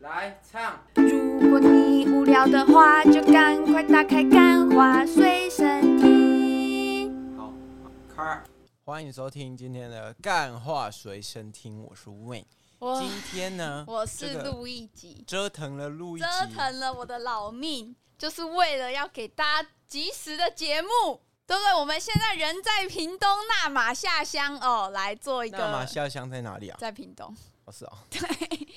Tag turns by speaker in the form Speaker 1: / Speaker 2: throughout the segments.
Speaker 1: 来唱。
Speaker 2: 如果你无聊的话，就赶快打开《干花随身听》。
Speaker 1: 好，开。
Speaker 3: 欢迎收听今天的《干话随身听》，我是 Wayne。
Speaker 2: 我
Speaker 3: 今天呢，
Speaker 2: 我
Speaker 3: 这
Speaker 2: 是
Speaker 3: 个
Speaker 2: 陆一吉，
Speaker 3: 折腾了录一集，
Speaker 2: 折腾了我的老命，就是为了要给大家及时的节目，对不对？我们现在人在屏东那马下乡哦，来做一
Speaker 3: 那马
Speaker 2: 个
Speaker 3: 下乡在哪里啊？
Speaker 2: 在屏东，
Speaker 3: 哦，是哦。对。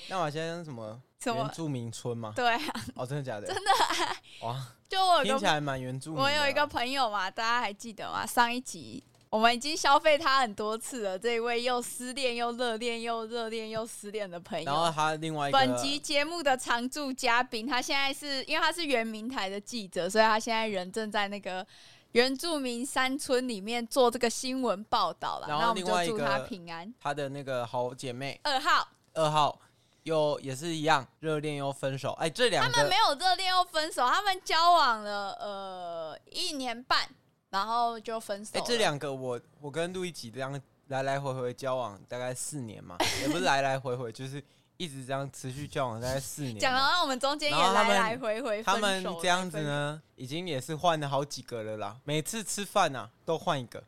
Speaker 3: 那马下乡是什么？
Speaker 2: 什么
Speaker 3: 原住民 村吗？
Speaker 2: 对啊，
Speaker 3: 哦，真的假的？真的。哇，
Speaker 2: 就我有
Speaker 3: 听
Speaker 2: 个
Speaker 3: 起来蛮原住民的
Speaker 2: 我
Speaker 3: 啊。
Speaker 2: 有一个朋友嘛，大家还记得吗？上一集我们已经消费他很多次了，这一位又失恋又热恋又热恋又失恋的朋
Speaker 3: 然后
Speaker 2: 友。
Speaker 3: 他另外一个
Speaker 2: 本集节目的常驻嘉宾，他现在是因为他是原民台的记者，所以他现在人正在那个原住民山村里面做这个新闻报道了。
Speaker 3: 然后
Speaker 2: 那我们
Speaker 3: 另外
Speaker 2: 就
Speaker 3: 一
Speaker 2: 祝
Speaker 3: 个
Speaker 2: 他平安。
Speaker 3: 他的那个好姐妹
Speaker 2: 二号，
Speaker 3: 二号，又也是一样热恋又分手。哎，这两
Speaker 2: 他
Speaker 3: 个
Speaker 2: 们没有热恋又分手，他们交往了呃一年半，然后就分手
Speaker 3: 哎、
Speaker 2: 了。
Speaker 3: 这两个我我跟陆一吉这样来来回回交往大概四年嘛，也不是来来回回，就是一直这样持续交往大概四年嘛。
Speaker 2: 讲到我们中间也
Speaker 3: 然后他
Speaker 2: 来
Speaker 3: 们
Speaker 2: 来回回
Speaker 3: 他
Speaker 2: 分
Speaker 3: 们
Speaker 2: 手
Speaker 3: 这样子？呢，已经也是换了好几个了啦。每次吃饭啊，都换一个，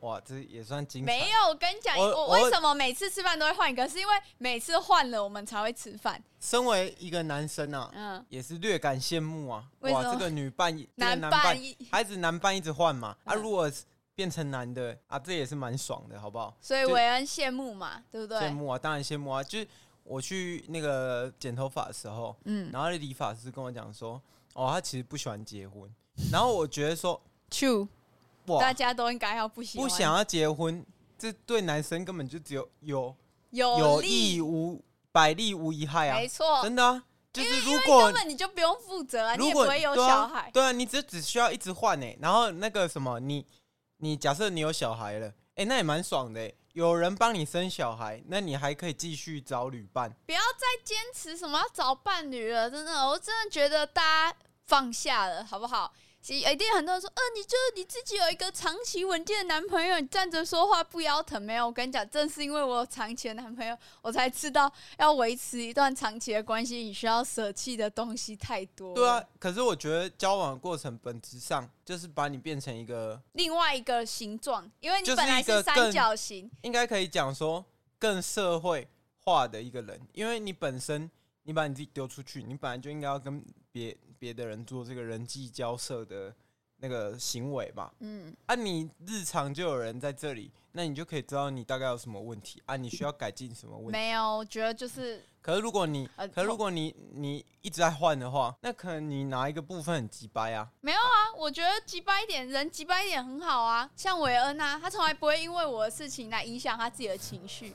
Speaker 3: 哇，这也算精彩。
Speaker 2: 没有，我跟你讲，
Speaker 3: 我
Speaker 2: 我
Speaker 3: 我
Speaker 2: 为什么每次吃饭都会换一个？是因为每次换了我们才会吃饭。
Speaker 3: 身为一个男生啊，
Speaker 2: 嗯，
Speaker 3: 也是略感羡慕啊。
Speaker 2: 为什
Speaker 3: 哇，
Speaker 2: 么
Speaker 3: 这个 女伴，这个
Speaker 2: 男
Speaker 3: 男
Speaker 2: 伴
Speaker 3: 伴，
Speaker 2: 一，
Speaker 3: 孩子男伴一直换嘛。啊，
Speaker 2: 嗯
Speaker 3: 如果是变成男的啊，这也是蛮爽的，好不好？
Speaker 2: 所以
Speaker 3: 就
Speaker 2: 韦恩羡慕嘛，对不
Speaker 3: 羡
Speaker 2: 对？
Speaker 3: 慕啊，当然羡慕啊。就是我去那个剪头发的时候，
Speaker 2: 嗯，
Speaker 3: 然后理发师跟我讲说，哦，他其实不喜欢结婚。然后我觉得说，
Speaker 2: true，大
Speaker 3: 哇，
Speaker 2: 家都应该要不喜欢
Speaker 3: 不想要结婚，这对男生根本就只有有
Speaker 2: 有
Speaker 3: 有
Speaker 2: 利
Speaker 3: 益，无百利无一害啊
Speaker 2: 没，错，
Speaker 3: 真的啊。就是如果
Speaker 2: 根本你就不用负责啊，你
Speaker 3: 如
Speaker 2: 也不
Speaker 3: 果
Speaker 2: 会有
Speaker 3: 对啊
Speaker 2: 小孩。
Speaker 3: 对啊，你只只需要一直换哎、然后那个什么，你你假设你有小孩了，哎、那也蛮爽的、欸。有人帮你生小孩，那你还可以继续找旅伴。
Speaker 2: 不要再坚持什么要找伴侣了，真的，我真的觉得大家放下了，好不好？其实一定很多人说，呃，你就是你自己有一个长期稳定的男朋友，你站着说话不腰疼。没有，我跟你讲，正是因为我有长期的男朋友，我才知道要维持一段长期的关系，你需要舍弃的东西太多。
Speaker 3: 对啊，，可是我觉得交往的过程本质上就是把你变成一个，
Speaker 2: 另外一个形状，因为你
Speaker 3: 就是
Speaker 2: 本来
Speaker 3: 一个
Speaker 2: 三
Speaker 3: 更
Speaker 2: 角形，
Speaker 3: 应该可以讲说更社会化的一个人，因为你本身你把你自己丢出去，你本来就应该要跟别别的人做这个人际交涉的那个行为嘛。
Speaker 2: 嗯，
Speaker 3: 啊，你日常就有人在这里，那你就可以知道你大概有什么问题啊，你需要改进什么问题。
Speaker 2: 没有，啊我觉得就是
Speaker 3: 可是如果你
Speaker 2: 呃，
Speaker 3: 可是如果你你一直在换的话，那可能你哪一个部分很鸡掰啊？
Speaker 2: 我觉得急掰一点，人急掰一点很好啊。像韦恩啊，他从来不会因为我的事情来影响他自己的情 绪。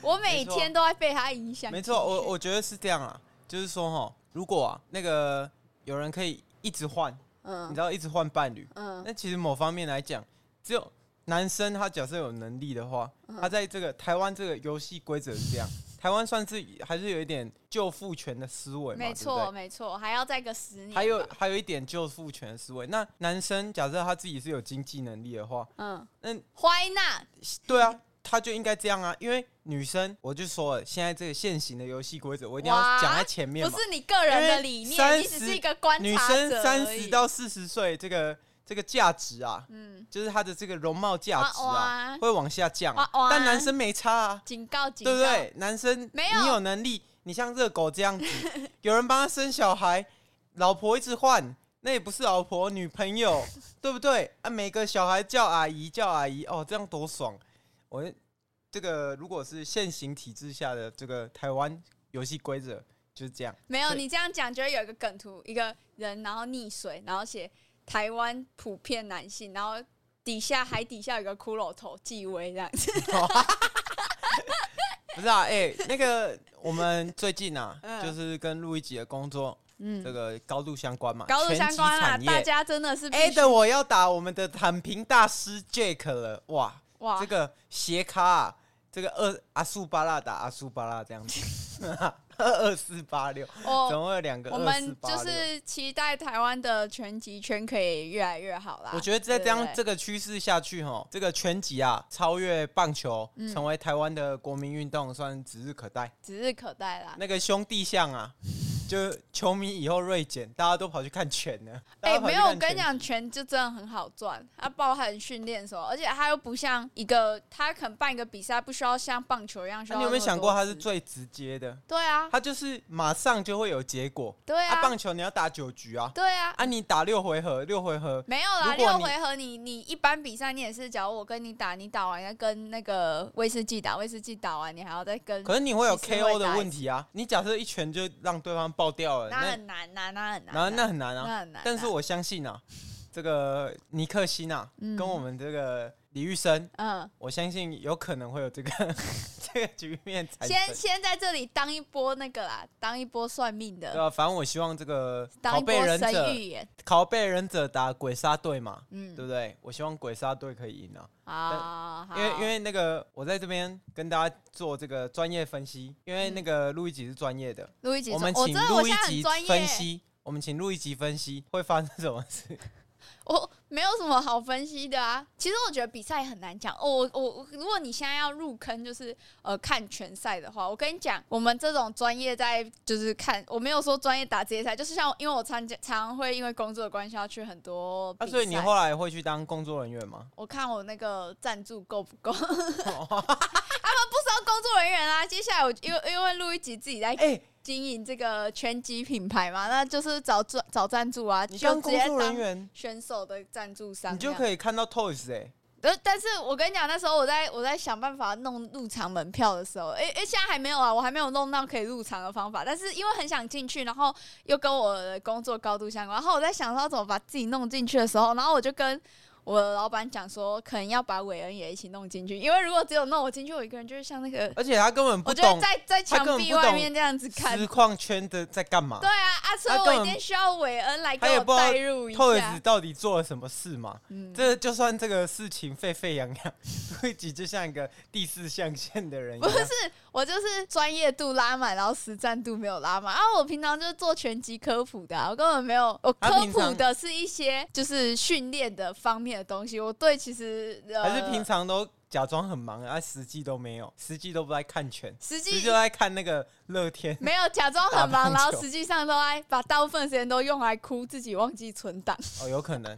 Speaker 2: 我每天都在被他影响。
Speaker 3: 没错，我我觉得是这样啊，就是说哈，如果啊那个有人可以一直换，你
Speaker 2: 嗯
Speaker 3: 知道一直换伴侣，
Speaker 2: 嗯，
Speaker 3: 那其实某方面来讲，只有男生他假设有能力的话，
Speaker 2: 嗯
Speaker 3: 他在这个台湾这个游戏规则是这样，台湾算是还是有一点旧父权的思维嘛，
Speaker 2: 没
Speaker 3: 对不
Speaker 2: 错
Speaker 3: 对
Speaker 2: 没错，还要再个十年吧。
Speaker 3: 还有还有一点旧父权的思维，那男生假设他自己是有经济能力的话，
Speaker 2: 嗯
Speaker 3: 那
Speaker 2: ，Why not？
Speaker 3: 对啊，他就应该这样啊，因为女生我就说了，现在这个现行的游戏规则，我一定要
Speaker 2: 哇
Speaker 3: 讲在前面
Speaker 2: 不
Speaker 3: 嘛。
Speaker 2: 是你个人的理
Speaker 3: 因为
Speaker 2: 念，
Speaker 3: 30
Speaker 2: 你只是一个观
Speaker 3: 女
Speaker 2: 察
Speaker 3: 生
Speaker 2: 者
Speaker 3: 三
Speaker 2: 而已
Speaker 3: 十到四十岁这个这个价值啊，
Speaker 2: 嗯，
Speaker 3: 就是她的这个容貌价值
Speaker 2: 哇
Speaker 3: 啊
Speaker 2: 哇，
Speaker 3: 会往下降啊、
Speaker 2: 哇哇
Speaker 3: 但男生没差啊，
Speaker 2: 警告警告，
Speaker 3: 对不？对？男生
Speaker 2: 没有
Speaker 3: 你有能力，你像热狗这样 子，有人帮他生小孩，老婆一直换，那也不是老婆，女朋友，对不对？啊，每个小孩叫阿姨叫阿姨，哦，这样多爽！我这个如果是现行体制下的这个台湾游戏规则就是这样。
Speaker 2: 没有，
Speaker 3: 对
Speaker 2: 你这样讲就会有一个梗图，一个人然后溺水，然后写台湾普遍男性，然后底下海底下有个骷髅头纪威这样子。
Speaker 3: 不是啊，哎、那个我们最近啊，
Speaker 2: 嗯
Speaker 3: 就是跟陆一吉的工作
Speaker 2: 嗯
Speaker 3: 这个高度相关嘛，
Speaker 2: 高度相关啦，
Speaker 3: 全集产业
Speaker 2: 啊大家真的是必
Speaker 3: 哎、
Speaker 2: 须
Speaker 3: 的我要打我们的躺平大师 Jack 了，哇，
Speaker 2: 哇
Speaker 3: 这，个斜咖、啊、这个二阿苏巴拉打阿苏巴拉这样子， 二二四八六，
Speaker 2: 哦，
Speaker 3: 总会有两个
Speaker 2: 我
Speaker 3: 二四
Speaker 2: 们
Speaker 3: 八
Speaker 2: 就
Speaker 3: 六。
Speaker 2: 是期待台湾的拳击圈可以越来越好啦。
Speaker 3: 我觉得在这样
Speaker 2: 对
Speaker 3: 这个趋势下去，哈，这个拳击啊，超越棒球，
Speaker 2: 嗯
Speaker 3: 成为台湾的国民运动，算指日可待。
Speaker 2: 指日可待啦。
Speaker 3: 那个兄弟像啊， 就球迷以后锐减，大家都跑去看拳了。
Speaker 2: 哎、
Speaker 3: 大家跑
Speaker 2: 没
Speaker 3: 去
Speaker 2: 有，
Speaker 3: 看啊
Speaker 2: 我跟你
Speaker 3: 拳，
Speaker 2: 讲，拳就真的很好赚，它包含训练什么，而且它又不像一个，它可能办一个比赛不需要像棒球一样需
Speaker 3: 那
Speaker 2: 要、
Speaker 3: 你有没有想过，它是？最直接的？
Speaker 2: 对啊，
Speaker 3: 它就是马上就会有结果。
Speaker 2: 对啊，
Speaker 3: 啊，棒球你要打九局啊，
Speaker 2: 对啊，
Speaker 3: 啊，你打六回合，六回合
Speaker 2: 没有啦，
Speaker 3: 如果
Speaker 2: 六
Speaker 3: 你
Speaker 2: 回合你你一般比赛你也是，假如我跟你打，你打完要跟那个威士忌打，威士忌打完你还要再跟，
Speaker 3: 可是你会有
Speaker 2: 嗯其实会
Speaker 3: KO 的
Speaker 2: 打
Speaker 3: 问题啊！你假设一拳就让对方爆掉了，
Speaker 2: 那
Speaker 3: 那
Speaker 2: 很难呐、那很难、
Speaker 3: 然后那很难啊。
Speaker 2: 那很难啊。
Speaker 3: 但是我相信啊，这个尼克辛啊，
Speaker 2: 嗯
Speaker 3: 跟我们这个李玉生，
Speaker 2: 嗯，
Speaker 3: 我相信有可能会有这个 这个局面产
Speaker 2: 先
Speaker 3: 生。
Speaker 2: 先在这里当一波那个啦，当一波算命
Speaker 3: 对
Speaker 2: 的，
Speaker 3: 吧？反正我希望这个
Speaker 2: 当
Speaker 3: 拷
Speaker 2: 一波
Speaker 3: 贝忍
Speaker 2: 神
Speaker 3: 者，
Speaker 2: 预言，
Speaker 3: 拷贝忍者打鬼杀队嘛，
Speaker 2: 嗯
Speaker 3: 对不对？我希望鬼杀队可以赢啊。
Speaker 2: 啊，
Speaker 3: 因为
Speaker 2: 好
Speaker 3: 因为那个我在这边跟大家做这个专业分析，因为
Speaker 2: 嗯
Speaker 3: 那个路易吉是专业的，
Speaker 2: 录一集
Speaker 3: 我
Speaker 2: 专，
Speaker 3: 们
Speaker 2: 我
Speaker 3: 请
Speaker 2: 真的我
Speaker 3: 录一
Speaker 2: 现在很
Speaker 3: 集
Speaker 2: 专
Speaker 3: 分
Speaker 2: 业，欸
Speaker 3: 析，我们请录一集分析会发生什么 事。
Speaker 2: 我没有什么好分析的啊。其实我觉得比赛很难讲哦。我我我如果你现在要入坑，就是呃看拳赛的话，我跟你讲，我们这种专业在就是看，我没有说专业打职业赛，就是像因为我参加常常会因为工作的关系要去很多比
Speaker 3: 啊，
Speaker 2: 赛。
Speaker 3: 所以你后来会去当工作人 员吗？哦
Speaker 2: 我看我那个赞助够不够？他 们不收工作人员啊。接下来我因为因为录一集自己在
Speaker 3: 哎、
Speaker 2: 经营这个拳击品牌嘛，那就是找赚找赞助啊，
Speaker 3: 你
Speaker 2: 就
Speaker 3: 当
Speaker 2: 直
Speaker 3: 工
Speaker 2: 接
Speaker 3: 作人
Speaker 2: 当
Speaker 3: 员，
Speaker 2: 选手的赞助商，
Speaker 3: 你就可以看到 Toys 哎、
Speaker 2: 但呃但是我跟你讲，那时候我在我在想办法弄入场门票的时候，诶、诶、现在还没有啊，我还没有弄到可以入场的方法。但是因为很想进去，然后又跟我的工作高度相关，然后我在想到怎么把自己弄进去的时候，然后我就跟我的老板讲说，可能要把韦恩也一起弄进去，因为如果只有弄我进去，我一个人就是像那个，
Speaker 3: 而且他根本
Speaker 2: 我
Speaker 3: 呃不
Speaker 2: 觉得
Speaker 3: 懂
Speaker 2: 在在
Speaker 3: 他
Speaker 2: 墙
Speaker 3: 根本
Speaker 2: 壁
Speaker 3: 不懂
Speaker 2: 外面这样子看，
Speaker 3: 实况圈的在干嘛
Speaker 2: 对啊啊，所以
Speaker 3: 他
Speaker 2: 我
Speaker 3: 根
Speaker 2: 一
Speaker 3: 本
Speaker 2: 定需要韦恩来
Speaker 3: 他
Speaker 2: 给
Speaker 3: 也
Speaker 2: 我
Speaker 3: 不知道
Speaker 2: 带入一
Speaker 3: ，Toys
Speaker 2: 下，
Speaker 3: 到底做了什么事嘛？
Speaker 2: 嗯，
Speaker 3: 这就算这个事情沸沸扬扬， 路易吉就像一个第四象限的人一
Speaker 2: 不
Speaker 3: 样
Speaker 2: 是。，我就是专业度拉满，然后实战度没有拉满。啊，我平常就是做拳击科普的、啊，我根本没有，我
Speaker 3: 他
Speaker 2: 科
Speaker 3: 平
Speaker 2: 普
Speaker 3: 常
Speaker 2: 的是一些就是训练的方面的东西。我对其实、呃、
Speaker 3: 还是平常都假装很忙，啊，实际都没有，实际都不在看拳，
Speaker 2: 实
Speaker 3: 实际
Speaker 2: 际
Speaker 3: 都在看那个乐天。
Speaker 2: 没有假装很忙，
Speaker 3: 打棒球
Speaker 2: 然后实际上都爱把大部分时间都用来哭，自己忘记存档。
Speaker 3: 哦，有可能，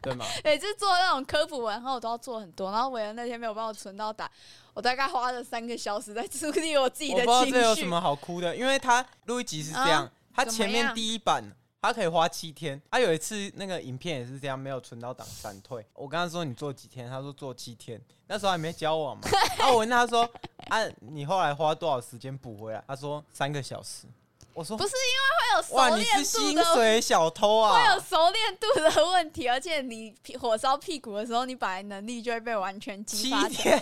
Speaker 3: 对吗？
Speaker 2: 每次做那种科普文，然后我都要做很多。然后伟恩那天没有帮我存到档，我大概花了三个小时在处理我自己
Speaker 3: 我
Speaker 2: 的
Speaker 3: 不知道
Speaker 2: 情
Speaker 3: 这有什
Speaker 2: 绪。
Speaker 3: 么好哭的，因为他录一集是这样，
Speaker 2: 啊
Speaker 3: 他
Speaker 2: 怎么
Speaker 3: 前面
Speaker 2: 样
Speaker 3: 第一版他可以花七天，他有一次那个影片也是这样，没有存到档闪退。我跟他说你做几天，他说做七天，那时候还没交往嘛。 啊，我问他说啊，你后来花多少时间补回来？他说三个小时。我说
Speaker 2: 不是因为会有
Speaker 3: 哇，
Speaker 2: 熟
Speaker 3: 你是
Speaker 2: 练度
Speaker 3: 薪
Speaker 2: 的
Speaker 3: 水小偷
Speaker 2: 会有
Speaker 3: 啊！
Speaker 2: 熟练度的问题，而且你屁火烧屁股的时候，你本来能力就会被完全激
Speaker 3: 七
Speaker 2: 发掉。
Speaker 3: 天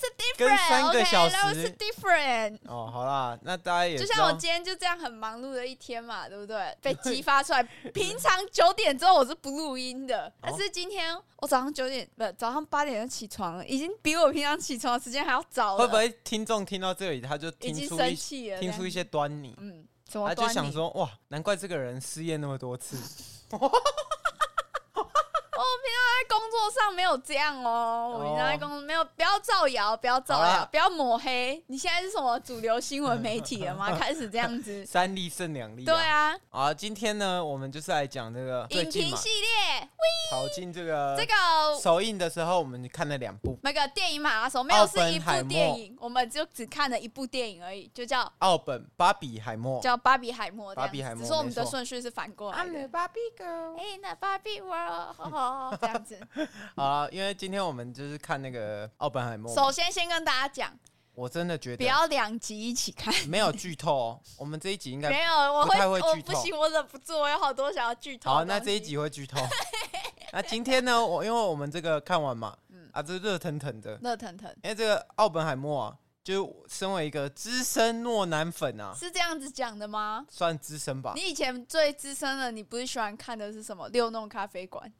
Speaker 2: Different，
Speaker 3: 跟三个小
Speaker 2: o k
Speaker 3: 时
Speaker 2: 是 different。
Speaker 3: 哦，好啦，那大家也
Speaker 2: 就
Speaker 3: 知
Speaker 2: 像我
Speaker 3: 道
Speaker 2: 今天就这样很忙碌的一天嘛，对不对？被激发出来。平常九点之后我是不录音的，
Speaker 3: 嗯哦
Speaker 2: 但是今天我早上九点不早上八点就起床了，已经比我平常起床的时间还要早了。
Speaker 3: 会不会听众听到这里，他就
Speaker 2: 已
Speaker 3: 听
Speaker 2: 经
Speaker 3: 出
Speaker 2: 生
Speaker 3: 一
Speaker 2: 气了？
Speaker 3: 听出一些端倪
Speaker 2: 这？样嗯，什么
Speaker 3: 他
Speaker 2: 端倪？
Speaker 3: 就想说，哇，难怪这个人失业那么多 次。
Speaker 2: 在工作上没有这样哦，我平常在工作没有，不要造谣，不要造
Speaker 3: 好
Speaker 2: 谣
Speaker 3: 啦，？
Speaker 2: 不要抹黑。你现在是什么主流新闻媒体了吗？开始这样子
Speaker 3: 三例胜两例、
Speaker 2: 对，啊，
Speaker 3: 啊，今天呢，我们就是来讲这个最
Speaker 2: 影
Speaker 3: 近
Speaker 2: 评
Speaker 3: 嘛，呃
Speaker 2: 系列
Speaker 3: 跑进这个
Speaker 2: 这个
Speaker 3: 首映的时候，我们看了两部
Speaker 2: 那个电影马拉松没有
Speaker 3: 奥
Speaker 2: 是
Speaker 3: 本
Speaker 2: 一部
Speaker 3: 海默
Speaker 2: 电影，我们就只看了一部电影而已，就叫
Speaker 3: 《奥本巴比海默》
Speaker 2: 叫巴比海默这样子。
Speaker 3: 哦巴比海默
Speaker 2: 只是我们
Speaker 3: 没
Speaker 2: 的
Speaker 3: 错
Speaker 2: 顺序是反过来
Speaker 4: I'm a
Speaker 2: 的。
Speaker 4: Barbie girl.
Speaker 2: 哎，那芭比 world 吼吼 吼这样子。
Speaker 3: 啊，因为今天我们就是看那个《奥本海默》嘛，
Speaker 2: 首先先跟大家讲，
Speaker 3: 我真的觉
Speaker 2: 不
Speaker 3: 得
Speaker 2: 要两集一起看。
Speaker 3: 没有剧透哦。我们这一集应该
Speaker 2: 没有，我
Speaker 3: 不太会
Speaker 2: 我
Speaker 3: 剧
Speaker 2: 不
Speaker 3: 透
Speaker 2: 行，我忍不住，我有好多想要剧透的东
Speaker 3: 好，啊
Speaker 2: 西。
Speaker 3: 那这一集会 剧透。那今天呢，我因为我们这个看完嘛，
Speaker 2: 嗯
Speaker 3: 啊，这热腾腾的，
Speaker 2: 热腾腾。
Speaker 3: 因为这个奥本海默啊，就身为一个资深诺南粉啊，
Speaker 2: 是这样子讲的吗？
Speaker 3: 算资深吧。
Speaker 2: 你以前最资深的，你不是喜欢看的是什么？六弄咖啡馆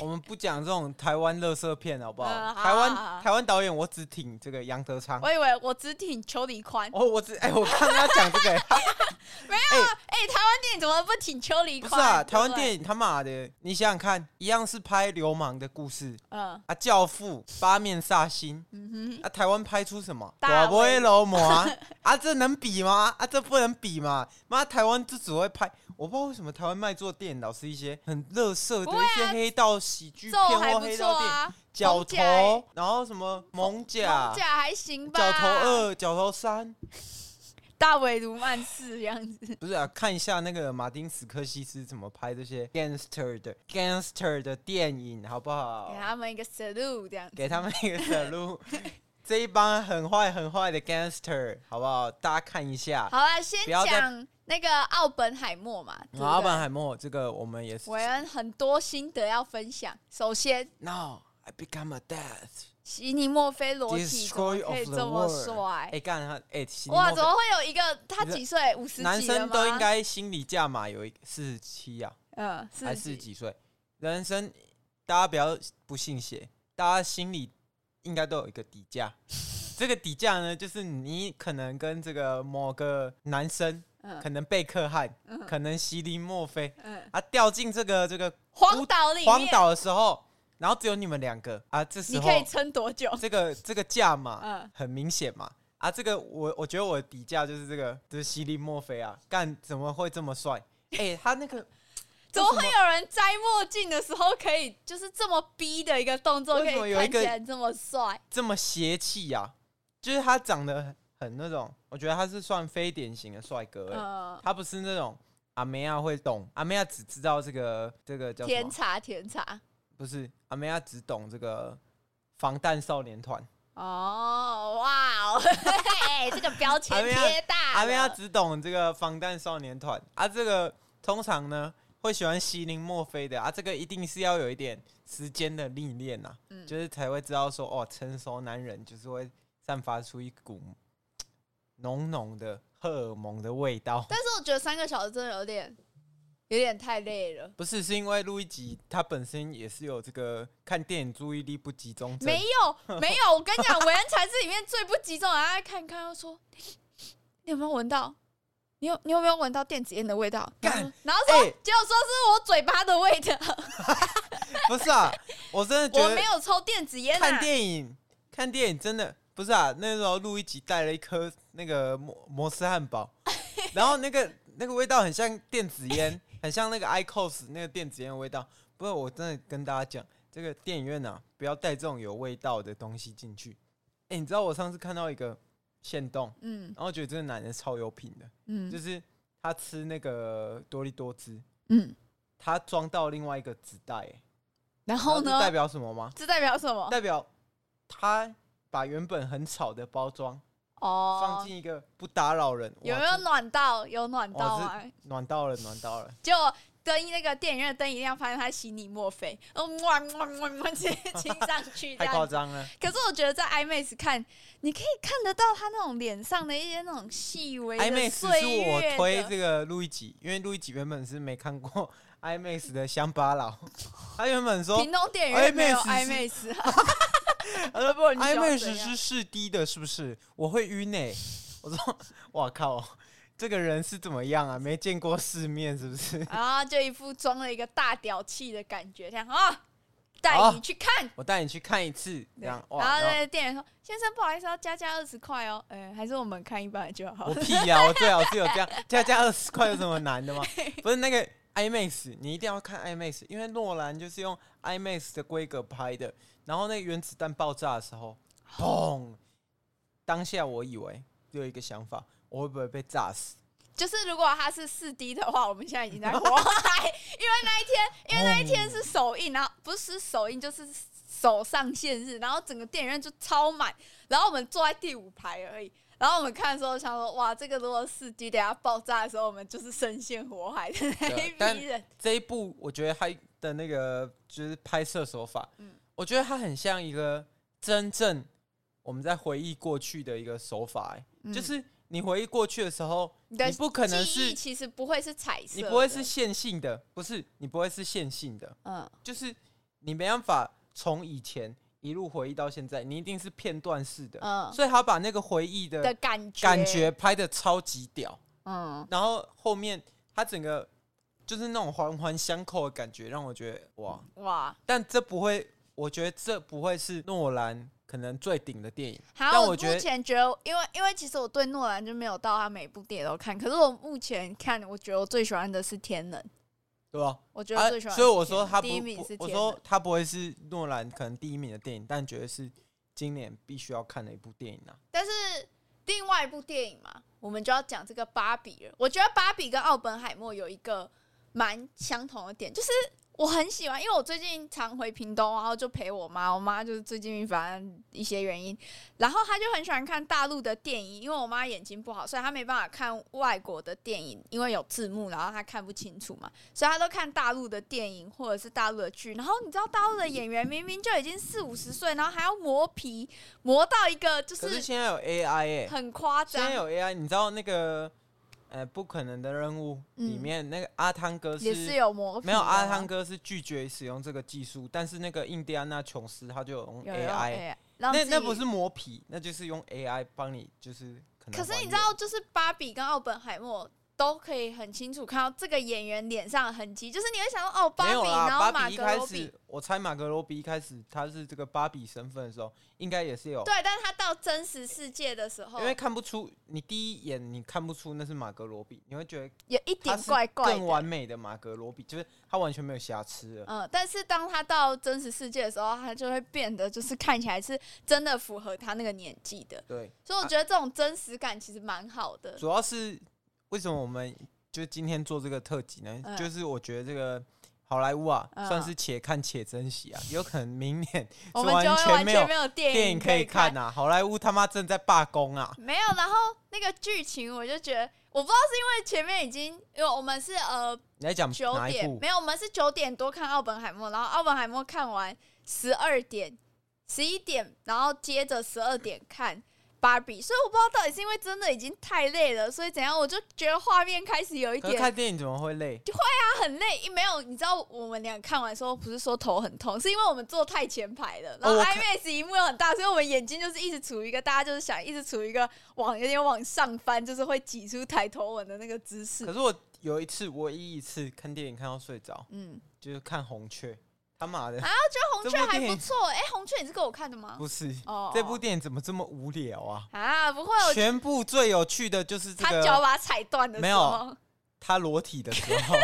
Speaker 3: 我们不讲这种台湾乐色片好不好？
Speaker 2: 嗯好
Speaker 3: 台
Speaker 2: 好好
Speaker 3: 湾台湾导演，我只挺这个杨德昌。
Speaker 2: 我以为我只挺邱礼宽，
Speaker 3: 啊哦，我只哎、我刚刚 讲这个、欸，
Speaker 2: 哎、台湾电影怎么不挺邱礼
Speaker 3: 不
Speaker 2: 宽？
Speaker 3: 是啊，台湾
Speaker 2: 影，
Speaker 3: 电影他妈的，你想想看，一样是拍流氓的故事
Speaker 2: 嗯
Speaker 3: 啊，《教父》《八面煞星》
Speaker 2: 嗯哼，
Speaker 3: 啊，台湾拍出什么？
Speaker 2: 大
Speaker 3: 不会
Speaker 2: 卫
Speaker 3: 楼魔 啊啊，这能比吗？啊，这不能比嘛！妈，台湾就只会拍，我不知道为什么台湾卖座电影老是一些很乐色的
Speaker 2: 不会
Speaker 3: 一
Speaker 2: 啊
Speaker 3: 些黑道喜剧
Speaker 2: 咒
Speaker 3: 片
Speaker 2: 还
Speaker 3: 或
Speaker 2: 不
Speaker 3: 黑
Speaker 2: 错
Speaker 3: 道电影，
Speaker 2: 啊，
Speaker 3: 角
Speaker 2: 红甲欸
Speaker 3: 头，然后什么蒙甲
Speaker 2: 红、甲还行吧，
Speaker 3: 角头二、角头三，
Speaker 2: 大尾鲈曼四这样子，
Speaker 3: 不是啊？看一下那个马丁斯科西斯怎么拍这些 gangster 的 gangster 的电影，好不好
Speaker 2: 给？他们一个 salute 这样子。
Speaker 3: 给他们一个小 路。这一帮很坏很坏的 gangster，好不好？大家看一下。
Speaker 2: 好啦，先
Speaker 3: 不要再
Speaker 2: 讲那个奥本海默嘛，对不
Speaker 3: 阿本
Speaker 2: 对？
Speaker 3: 海默这个我们也是。
Speaker 2: 韦恩很多心得要分享。首先，
Speaker 3: No, I become a death.
Speaker 2: 席尼墨菲裸体怎么可
Speaker 3: Destroy
Speaker 2: 以
Speaker 3: of
Speaker 2: 这
Speaker 3: the
Speaker 2: 么
Speaker 3: world.
Speaker 2: 帅？
Speaker 3: 哎，干他哎，席尼
Speaker 2: 哇，
Speaker 3: 莫
Speaker 2: 怎
Speaker 3: 菲
Speaker 2: 么会有一个他几岁？五十几了
Speaker 3: 男生都
Speaker 2: 吗
Speaker 3: 应该心理价码有一四十七啊，
Speaker 2: 嗯，四
Speaker 3: 还
Speaker 2: 十
Speaker 3: 是
Speaker 2: 几
Speaker 3: 几岁？人生大家不要不信邪，大家心里应该都有一个底 价。这个底价呢，就是你可能跟这个某个男生，
Speaker 2: 嗯
Speaker 3: 可能贝克汉，
Speaker 2: 嗯
Speaker 3: 可能席琳墨菲
Speaker 2: 嗯，
Speaker 3: 啊，掉进这个这个
Speaker 2: 荒岛里面
Speaker 3: 荒岛的时候，然后只有你们两个啊，这时
Speaker 2: 你
Speaker 3: 候
Speaker 2: 可以撑多久？
Speaker 3: 这个这个价嘛，
Speaker 2: 嗯
Speaker 3: 很明显嘛。啊，这个我我觉得我的底价就是这个，就是西利墨菲啊，干怎么会这么帅？哎、他那个
Speaker 2: 怎么
Speaker 3: 为
Speaker 2: 会有人摘墨镜的时候可以就是这么逼的一个动作，可
Speaker 3: 为什么
Speaker 2: 以
Speaker 3: 有一
Speaker 2: 看
Speaker 3: 个
Speaker 2: 起来这么帅？
Speaker 3: 这么邪气呀、啊？就是他长得很很那种，我觉得他是算非典型的帅哥、哎、
Speaker 2: 嗯，
Speaker 3: 他不是那种阿梅亚会懂，阿梅亚只知道这个这个叫什
Speaker 2: 甜
Speaker 3: 么？
Speaker 2: 茶甜茶
Speaker 3: 不是阿梅亚只懂这个防弹少年团，
Speaker 2: 哦，哇哦， 嘿这个标签
Speaker 3: 阿妹啊
Speaker 2: 贴大了
Speaker 3: 阿妹她只懂这个防弹少年团啊，这个通常呢会喜欢西林墨菲的啊，这个一定是要有一点时间的历练呐、
Speaker 2: 嗯
Speaker 3: 就是才会知道说哦，成熟男人就是会散发出一股浓浓的荷尔蒙的味道。
Speaker 2: 但是我觉得三个小时真的有点有点太累了。
Speaker 3: 不是，是因为路易吉他本身也是有这个看电影注意力不集中症，
Speaker 2: 没有，啊没有，我跟你讲，韦恩才是里面最不集中的。他看一看，又说：“ 你有没有闻到？你有你有没有闻到电子烟的味道？”然后说
Speaker 3: 干
Speaker 2: 然后说，
Speaker 3: 哎
Speaker 2: 结果说是我嘴巴的味道，
Speaker 3: 不是啊，我真的觉
Speaker 2: 我
Speaker 3: 得
Speaker 2: 没有抽电子烟
Speaker 3: 看
Speaker 2: 啊。
Speaker 3: 电影，看电影真的不是啊。那时候录一集带了一颗那个摩摩斯 汉堡，然后那个那个味道很像电子烟， 很像那个 ICOS 那个电子烟的味道。不过我真的跟大家讲，这个电影院啊，不要带这种有味道的东西进去。哎、你知道我上次看到一个线动，
Speaker 2: 嗯
Speaker 3: 然后觉得这个男的超有品的，就
Speaker 2: 嗯
Speaker 3: 是他吃那个多利多汁，
Speaker 2: 嗯，
Speaker 3: 他装到另外一个纸袋、欸，
Speaker 2: 然
Speaker 3: 然
Speaker 2: 后
Speaker 3: 后
Speaker 2: 呢
Speaker 3: 代？表什么吗？
Speaker 2: 这代表什么？
Speaker 3: 代表他把原本很吵的包装放
Speaker 2: 哦，
Speaker 3: 进一个不打扰人，哇
Speaker 2: 有没有暖到？有暖
Speaker 3: 哇
Speaker 2: 到
Speaker 3: 这
Speaker 2: 吗？
Speaker 3: 暖到了？暖 到了！
Speaker 2: 就灯那个电影院的灯一亮，发现他洗你墨菲，然后哇哇哇哇 直接亲上去，这
Speaker 3: 太
Speaker 2: 样
Speaker 3: 夸张了，
Speaker 2: 可是我觉得在 IMAX 看，你可以看得到他那种脸上的一些那种细微的
Speaker 3: IMAX
Speaker 2: 岁
Speaker 3: 是
Speaker 2: 月的
Speaker 3: 我推这个路易吉，因为路易吉原本是没看过 IMAX 的乡巴佬， 他原本说
Speaker 2: 屏东电影院没有
Speaker 3: IMAX
Speaker 2: IMAX 啊。我都不知道你想要
Speaker 3: IMAX
Speaker 2: 怎样
Speaker 3: 是视低的，是不是？我会晕诶、我说，哇靠，这个人是怎么样啊？没见过世面是不是？
Speaker 2: 然后就一副装了一个大屌气的感觉，这样啊，带
Speaker 3: 好
Speaker 2: 你去看。
Speaker 3: 我带你去看一次，哦这
Speaker 2: 对
Speaker 3: 样
Speaker 2: 然后
Speaker 3: 哇，然后
Speaker 2: 那个店员说：“先生，不好意思，要加价二十块哦。呃，还是我们看一般的就好
Speaker 3: 我。屁 呀、我最好是有这样加加二十块有什么难的吗？不是那个 IMAX，你一定要看 IMAX，因为诺兰就是用 IMAX 的规格拍的。然后那个原子弹爆炸的时候，砰！当下我以为有一个想法，我会不会被炸死？
Speaker 2: 就是如果它是四 D 的话，我们现在已经在国外，因为那一天， 因为那一天是首映，然后不是首映就是首上线日，然后整个电影院就超满，然后我们坐在第五排而已。然后我们看的时候想说，哇，这个如果四 D 等下爆炸的时候，我们就是深陷火海的 那
Speaker 3: 对
Speaker 2: 一
Speaker 3: 但
Speaker 2: 批人。
Speaker 3: 这一部我觉得它的那个就是拍摄手法，
Speaker 2: 嗯
Speaker 3: 我觉得它很像一个真正我们在回忆过去的一个手法、欸，
Speaker 2: 嗯
Speaker 3: 就是你回忆过去的时候，
Speaker 2: 你的
Speaker 3: 你不可能
Speaker 2: 记忆
Speaker 3: 是
Speaker 2: 其实不会是彩色的，
Speaker 3: 你不会是线性的，不是你不会是线性的，
Speaker 2: 嗯
Speaker 3: 就是你没办法从以前一路回忆到现在，你一定是片段式的。
Speaker 2: 嗯
Speaker 3: 所以他把那个回忆的
Speaker 2: 的感觉
Speaker 3: 感觉拍的超级屌，
Speaker 2: 嗯
Speaker 3: 然后后面他整个就是那种环环相扣的感觉，让我觉得哇！
Speaker 2: 哇，
Speaker 3: 但这不会，我觉得这不会是诺兰可能最顶的电影。
Speaker 2: 好，
Speaker 3: 但
Speaker 2: 我
Speaker 3: 我觉
Speaker 2: 目
Speaker 3: 得
Speaker 2: 前觉得，因为因为其实我对诺兰就没有到他每部电影都看，可是我目前看，我觉得我最喜欢的是《天能》，
Speaker 3: 对吧？
Speaker 2: 我觉得我最喜欢、
Speaker 3: 啊所以我说他
Speaker 2: 他
Speaker 3: 不，
Speaker 2: 第一名是《
Speaker 3: 不我
Speaker 2: 天能
Speaker 3: 说》，他不会是诺兰可能第一名的电影，但觉得是今年必须要看的一部电影啊。
Speaker 2: 但是另外一部电影嘛，我们就要讲这个《芭比》了。我觉得《芭比》跟《奥本海默》有一个蛮相同的点，就是我很喜欢，因为我最近常回屏东，然后就陪我妈，我妈就是最近反正一些原因，然后她就很喜欢看大陆的电影，因为我妈眼睛不好，所以她没办法看外国的电影，因为有字幕，然后她看不清楚嘛，所以她都看大陆的电影或者是大陆的剧。然后你知道大陆的演员明明就已经四五十岁，然后还要磨皮，磨到一个就
Speaker 3: 可是
Speaker 2: 是
Speaker 3: 现在有 AI 哎、
Speaker 2: 很夸
Speaker 3: 现
Speaker 2: 张，
Speaker 3: 在有 AI，你知道那个呃不可能的任务
Speaker 2: 嗯
Speaker 3: 里面、那个阿汤哥
Speaker 2: 也是有磨皮的啊，
Speaker 3: 没有阿汤哥是拒绝使用这个技术，但是那个印第安纳琼斯他就有用
Speaker 2: 有
Speaker 3: AI，
Speaker 2: 然后
Speaker 3: 那那不是磨皮，那就是用 AI 帮你就是可能。
Speaker 2: 可是你知道，，就是芭比跟奥本海默都可以很清楚看到这个演员脸上的痕迹，就是你会想说哦，
Speaker 3: 没有
Speaker 2: 比，
Speaker 3: 啦，
Speaker 2: 然后
Speaker 3: 芭
Speaker 2: 马
Speaker 3: 比一
Speaker 2: 格
Speaker 3: 开
Speaker 2: 罗比
Speaker 3: 始，，我猜马格罗比一开始他是这个芭比身份的时候，应该也是有，
Speaker 2: 对，哦但是他到真实世界的时候
Speaker 3: 因，为看不出你第一眼你看不出那是马格罗比，你会觉得
Speaker 2: 有一
Speaker 3: 他
Speaker 2: 点
Speaker 3: 是
Speaker 2: 怪怪
Speaker 3: 更
Speaker 2: 的
Speaker 3: 完。美的马格罗比，就是他完全没有瑕疵了。
Speaker 2: 嗯，但是当他到真实世界的时候，他就会变得就是看起来是真的符合他那个年纪的，
Speaker 3: 对，
Speaker 2: 所以我觉得这种真实感其实蛮好的。
Speaker 3: 主要是为什么我们就今天做这个特辑呢？
Speaker 2: 嗯
Speaker 3: 就是我觉得这个好莱坞啊，
Speaker 2: 嗯
Speaker 3: 算是且看且珍惜啊，有可能明年
Speaker 2: 我们就
Speaker 3: 完
Speaker 2: 会
Speaker 3: 全
Speaker 2: 完
Speaker 3: 没有
Speaker 2: 全没有 电
Speaker 3: 电影可以
Speaker 2: 看
Speaker 3: 看啊，好莱坞他妈正在罢工啊！
Speaker 2: 没有，然后那个剧情我就觉得，我不知道是因为前面已经，因为我们是呃
Speaker 3: 你在讲
Speaker 2: 九
Speaker 3: 嗯哪一
Speaker 2: 点
Speaker 3: 部
Speaker 2: 没？有，我们是九点多看奥本海默，然后奥本海默看完十二点、十一点，然后接着十二点看芭比，所以我不知道到底是因为真的已经太累了，所以怎样，我就觉得画面开始有一
Speaker 3: 可是
Speaker 2: 点
Speaker 3: 看电影怎么会累？
Speaker 2: 他很累，没有，你知道我们俩看完说不是说头很痛，是因为我们坐太前排了，然后
Speaker 3: 哦我看
Speaker 2: IMAX 荧幕又很大，所以我们眼睛就是一直处于一个大家就是想一直处于一个往有点往上翻，就是会挤出抬头纹的那个姿势
Speaker 3: 可。是我有一次，唯一一次看电影看到睡着，
Speaker 2: 嗯，
Speaker 3: 就是看《红雀》，他妈的
Speaker 2: 啊，我觉得红
Speaker 3: 这部
Speaker 2: 雀
Speaker 3: 电
Speaker 2: 还
Speaker 3: 影
Speaker 2: 不错，哎、红雀你是给我看的吗？
Speaker 3: 不是
Speaker 2: 哦
Speaker 3: 这部电影怎么这么无聊啊？
Speaker 2: 啊，不会，我
Speaker 3: 全部最有趣的就是这
Speaker 2: 他脚
Speaker 3: 个
Speaker 2: 把它踩断的
Speaker 3: 没
Speaker 2: 时
Speaker 3: 有
Speaker 2: 候，
Speaker 3: 他裸体的时 候，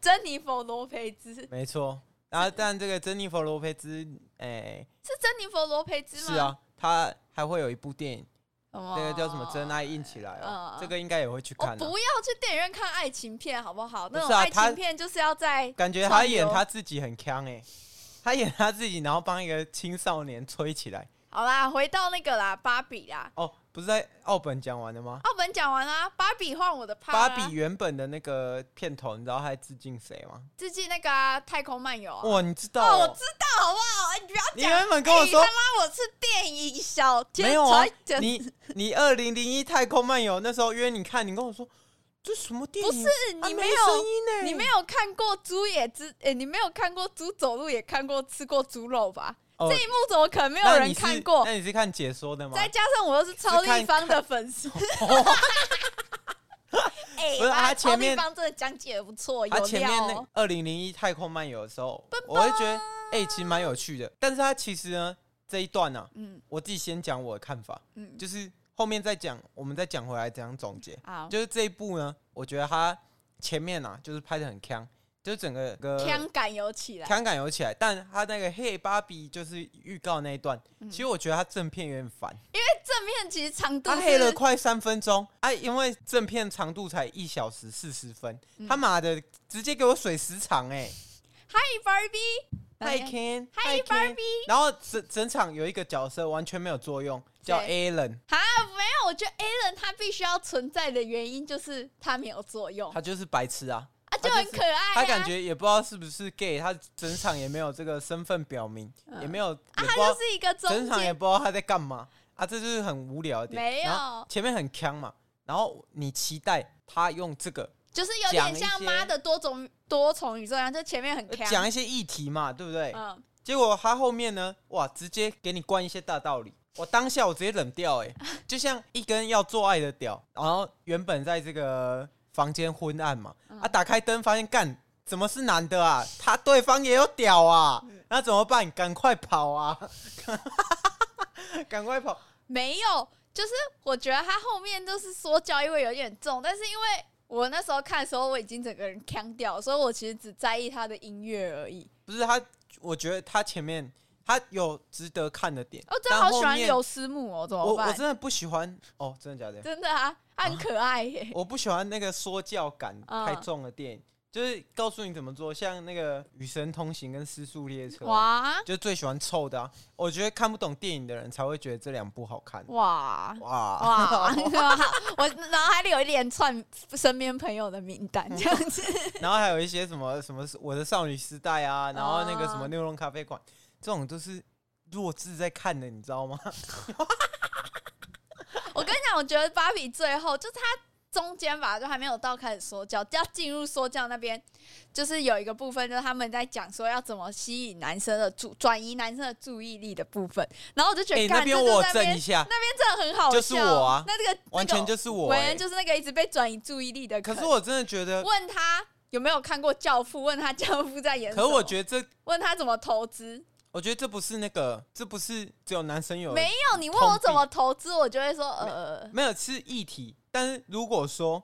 Speaker 2: 珍妮佛罗培兹是
Speaker 3: 没错。然后，但这个珍妮佛·罗佩兹，哎、
Speaker 2: 珍妮佛罗培兹吗？
Speaker 3: 是，啊，他还会有一部电影，
Speaker 2: 那
Speaker 3: 那个叫什么《真爱硬起来》哦，
Speaker 2: 嗯
Speaker 3: 这个应该也会去
Speaker 2: 我
Speaker 3: 看、
Speaker 2: 不
Speaker 3: 啊。
Speaker 2: 要去电影院看爱情片，好不好？那种
Speaker 3: 不是啊
Speaker 2: 爱
Speaker 3: 他
Speaker 2: 情片就是要在
Speaker 3: 感觉他演
Speaker 2: 上游
Speaker 3: 他自己很强
Speaker 2: 哦
Speaker 3: 哎、他演他自己，然后帮一个青少年吹起来。
Speaker 2: 好啦，回到那个啦，芭比啦。
Speaker 3: 哦，不是在奥本讲完了吗？
Speaker 2: 澳门讲完啦，芭比换我的啊趴啦。
Speaker 3: 芭比原本的那个片头，你知道他在致敬谁吗？
Speaker 2: 致敬那个、啊《太空漫游、啊》
Speaker 3: 哇，你知道、
Speaker 2: 哦，我
Speaker 3: 哦？
Speaker 2: 知道，好不好？哎你不要
Speaker 3: 你
Speaker 2: 讲。
Speaker 3: 原本跟我
Speaker 2: 哎
Speaker 3: 说
Speaker 2: 他妈我是电影小天才，
Speaker 3: 没有啊
Speaker 2: 真
Speaker 3: 你你二零零一太空漫游那时候约你看，你跟我说这什么电
Speaker 2: 不
Speaker 3: 影？
Speaker 2: 是
Speaker 3: 啊
Speaker 2: 你
Speaker 3: 没
Speaker 2: 没
Speaker 3: 声
Speaker 2: 有。
Speaker 3: 音呢、
Speaker 2: 你没有看过猪也知，哎、你没有看过猪走路，也看过吃过猪肉吧？
Speaker 3: 哦
Speaker 2: 这一幕怎么可能没
Speaker 3: 没
Speaker 2: 有人看过？
Speaker 3: 那你是看解说的吗？哦
Speaker 2: 再加上我又是超立方的粉丝， 哎、
Speaker 3: 不是啊
Speaker 2: 妈
Speaker 3: 他前面
Speaker 2: 超立方真的讲解的不错，有
Speaker 3: 他
Speaker 2: 料、哦。
Speaker 3: 前面那二零零一太空漫游的时候，我会觉得哎、其实蛮有趣的。但是他其实呢这一段呢、啊，
Speaker 2: 嗯
Speaker 3: 我自己先讲我的看法，
Speaker 2: 嗯
Speaker 3: 就是后面再讲，我们再讲回来怎样总结。
Speaker 2: 好，
Speaker 3: 就是这一部呢，我觉得他前面啊就是拍的很强，就是整个个
Speaker 2: 枪感有起来，
Speaker 3: 腔感有起来，但他那个嘿芭比就是预告那一段，
Speaker 2: 嗯
Speaker 3: 其实我觉得他正片有点烦，
Speaker 2: 正片其实长度
Speaker 3: 他啊黑
Speaker 2: 是
Speaker 3: 了快三分钟，啊，因为正片长度才一小时四十分，
Speaker 2: 嗯
Speaker 3: 他妈的直接给我水时长 哎、
Speaker 2: Hi Barbie，
Speaker 3: 嗨
Speaker 2: 来
Speaker 3: 哎 Ken，
Speaker 2: 哎 Hi Barbie，
Speaker 3: 然后整整场有一个角色完全没有作用，叫 Alan，
Speaker 2: 啊，没有，我觉得 Alan 他必须要存在的原因就是他没有作用，
Speaker 3: 他就是白痴啊，
Speaker 2: 啊，
Speaker 3: 他
Speaker 2: 就
Speaker 3: 就是
Speaker 2: 很可爱、啊
Speaker 3: 他感觉也不知道是不是 gay，他整场也没有这个身份表明，也没有，
Speaker 2: 啊，
Speaker 3: 也不
Speaker 2: 他
Speaker 3: 知道
Speaker 2: 就是一个中
Speaker 3: 整场也
Speaker 2: 间，
Speaker 3: 不知道他在干嘛啊，这就是很无聊的点。
Speaker 2: 没有
Speaker 3: 然后前面很强嘛，然后你期待他用这个
Speaker 2: 就是有点像妈的多种多重宇宙一样，就前面很
Speaker 3: 呃
Speaker 2: 强，
Speaker 3: 讲一些议题嘛，对不对？
Speaker 2: 嗯，
Speaker 3: 结果他后面呢，哇，直接给你灌一些大道理。我当下我直接冷掉、 欸，哎，就像一根要做爱的屌，然后原本在这个房间昏暗嘛，
Speaker 2: 嗯
Speaker 3: 啊，打开灯发现干，怎么是男的啊？他对方也有屌啊，
Speaker 2: 嗯
Speaker 3: 那怎么办？赶快跑啊！ 赶快跑！
Speaker 2: 没有，就是我觉得他后面就是说教意味有点重，但是因为我那时候看的时候，我已经整个人腔掉，所以我其实只在意他的音乐而已。
Speaker 3: 不是他，我觉得他前面他有值得看的点，
Speaker 2: 哦，真
Speaker 3: 但
Speaker 2: 的好
Speaker 3: 后
Speaker 2: 喜欢
Speaker 3: 面
Speaker 2: 刘思慕哦，怎
Speaker 3: 我
Speaker 2: 么
Speaker 3: 我
Speaker 2: 办？
Speaker 3: 真的不喜欢哦，真的假的？
Speaker 2: 真的啊，他很可爱 耶。
Speaker 3: 我不喜欢那个说教感
Speaker 2: 嗯
Speaker 3: 太重的电影，就是告诉你怎么做，像那个《与神同行》跟《失速列车》，
Speaker 2: 哇
Speaker 3: 就最喜欢臭的、啊。我觉得看不懂电影的人才会觉得这两部好 看。
Speaker 2: 哇
Speaker 3: 哇，
Speaker 2: 哇！ 我脑海里有一连串身边朋友的名 单，这样子。
Speaker 3: 然后还有一些什么什么我的少女时代啊，然后那个什么
Speaker 2: 哦
Speaker 3: 六弄咖啡馆，这种都是弱智在看的，你知道吗？
Speaker 2: 我跟你讲，我觉得芭比最后就是他中间吧，就还没有到开始说教，要进入说教那边，就是有一个部分，就是他们在讲说要怎么吸引男生的注转移男生的注意力的部分。然后我就觉
Speaker 3: 哎、
Speaker 2: 得，
Speaker 3: 那
Speaker 2: 干
Speaker 3: 边
Speaker 2: 这就
Speaker 3: 我
Speaker 2: 那
Speaker 3: 震
Speaker 2: 边
Speaker 3: 一 下，
Speaker 2: 那边真的很好笑，
Speaker 3: 就是我啊
Speaker 2: 那这个
Speaker 3: 完全就是我、
Speaker 2: 文
Speaker 3: 欸
Speaker 2: 恩就是那个一直被转移注意力的
Speaker 3: 可
Speaker 2: 肯。
Speaker 3: 是我真的觉得，
Speaker 2: 问他有没有看过《教父》，问他《教父》在演什
Speaker 3: 可
Speaker 2: 么，
Speaker 3: 是我觉得这
Speaker 2: 问他怎么投资，
Speaker 3: 我觉得这不是那个，这不是只有男生有
Speaker 2: 没有你问
Speaker 3: 通
Speaker 2: 我
Speaker 3: 病
Speaker 2: 怎么投资，我就会说呃，
Speaker 3: 没有是议题，但是如果说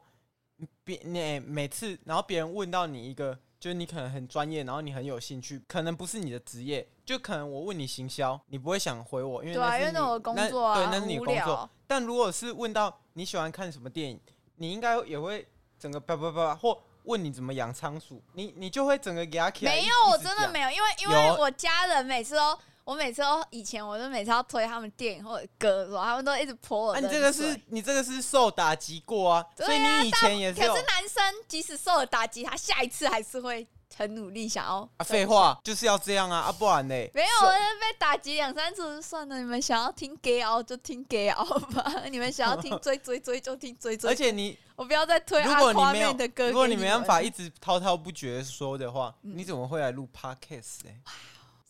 Speaker 3: 别你每次，然后别人问到你一个，就是你可能很专业，然后你很有兴趣，可能不是你的职业，就可能我问你行销，你不会想回我，因为
Speaker 2: 对啊，
Speaker 3: 是
Speaker 2: 因为
Speaker 3: 你
Speaker 2: 那我工
Speaker 3: 那
Speaker 2: 作啊，
Speaker 3: 对，那是
Speaker 2: 很
Speaker 3: 你的
Speaker 2: 无
Speaker 3: 工作。
Speaker 2: 聊。
Speaker 3: 但如果是问到你喜欢看什么电影，你应该也会整个叭叭叭，或问你怎么养仓鼠，你你就会整个给他起来
Speaker 2: 没
Speaker 3: E 一
Speaker 2: 有，我真的。
Speaker 3: 一直讲
Speaker 2: 没有，因为因
Speaker 3: 有
Speaker 2: 为我家人每次都，我每次都以前我就每次要推他们电影或者歌的时候，他们都一直泼我
Speaker 3: 啊，
Speaker 2: 冷
Speaker 3: 你
Speaker 2: 水。
Speaker 3: 这个是你这个是受打击过啊，
Speaker 2: 对啊
Speaker 3: 所以你以前也是有
Speaker 2: 可是男生即使受了打击，他下一次还是会很努力想要。
Speaker 3: 啊，废话就是要这样啊，啊不然呢？
Speaker 2: 没有，
Speaker 3: 受
Speaker 2: 我就被打击两三次就算了。你们想要听 gay 熬就听 gay 熬吧， 你们想 要听追追追就听追追。
Speaker 3: 而且你，
Speaker 2: 我不要再推
Speaker 3: 如
Speaker 2: 阿
Speaker 3: 果你
Speaker 2: 夸
Speaker 3: 没有
Speaker 2: 妹的歌，
Speaker 3: 如果
Speaker 2: 你
Speaker 3: 你
Speaker 2: 们
Speaker 3: 没办法一直滔滔不绝说的话，
Speaker 2: 嗯
Speaker 3: 你怎么会来录 podcast 呢、